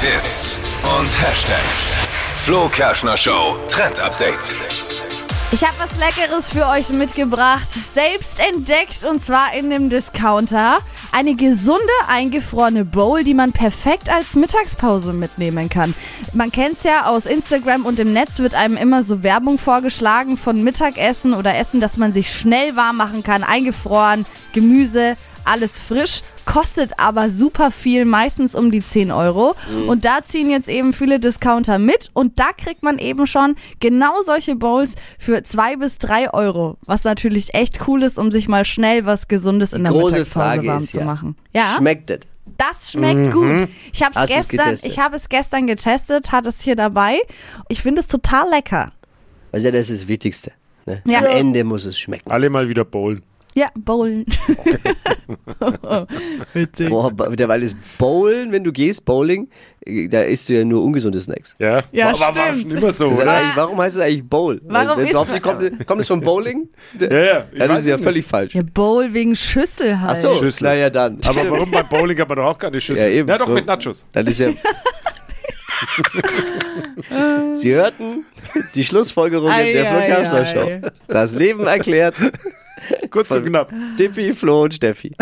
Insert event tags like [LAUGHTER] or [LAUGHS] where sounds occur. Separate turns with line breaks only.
Hits und Hashtags. Flo Kerschner Show Trend Update.
Ich habe was Leckeres für euch mitgebracht. Selbst entdeckt und zwar in einem Discounter. Eine gesunde, eingefrorene Bowl, die man perfekt als Mittagspause mitnehmen kann. Man kennt's ja aus Instagram und im Netz wird einem immer so Werbung vorgeschlagen von Mittagessen oder Essen, dass man sich schnell warm machen kann. Eingefroren, Gemüse, alles frisch, kostet aber super viel, meistens um die 10 Euro.
Mhm.
Und da ziehen jetzt eben viele Discounter mit und da kriegt man eben schon genau solche Bowls für 2 bis 3 Euro, was natürlich echt cool ist, um sich mal schnell was Gesundes in der
große
Mittagspause
Frage
warm
ist
zu
ja,
machen. Ja,
Schmeckt das?
das schmeckt gut. Ich habe es
Hast du's
gestern,
getestet?
ich habe es gestern getestet, hatte es hier dabei. Ich finde es total lecker.
Also ja, das ist das Wichtigste. Ne?
Ja.
Am Ende muss es schmecken.
Alle mal wieder bowlen.
Ja, Bowlen. Witzig.
Boah, ba- derweil ist Bowlen, wenn du gehst, Bowling, äh, da isst du ja nur ungesunde Snacks.
Ja,
Ja,
war, war, war
stimmt.
schon immer so,
Das ist
oder?
eigentlich- Warum heißt es eigentlich Bowl?
Warum
Wenn's
isst
hoffentlich
man-
kommt, kommt es vom Bowling?
Ja, ja. ich
Dann ist
weiß
es ja
es
völlig falsch.
Ja, Bowl wegen Schüssel halt.
Ach so,
Schüssel.
naja, dann. [LAUGHS]
nicht. Aber warum beim Bowling hat man doch auch keine Schüsse?
Ja, eben.
Na doch,
So.
mit Nachos.
Dann
[LAUGHS]
ist ja. Sie hörten die Schlussfolgerungen
Ei,
der Flo
ei,
Kerschner
ei.
Show. Das Leben erklärt.
Kurz und
Voll.
knapp.
Dippi, Flo und Steffi.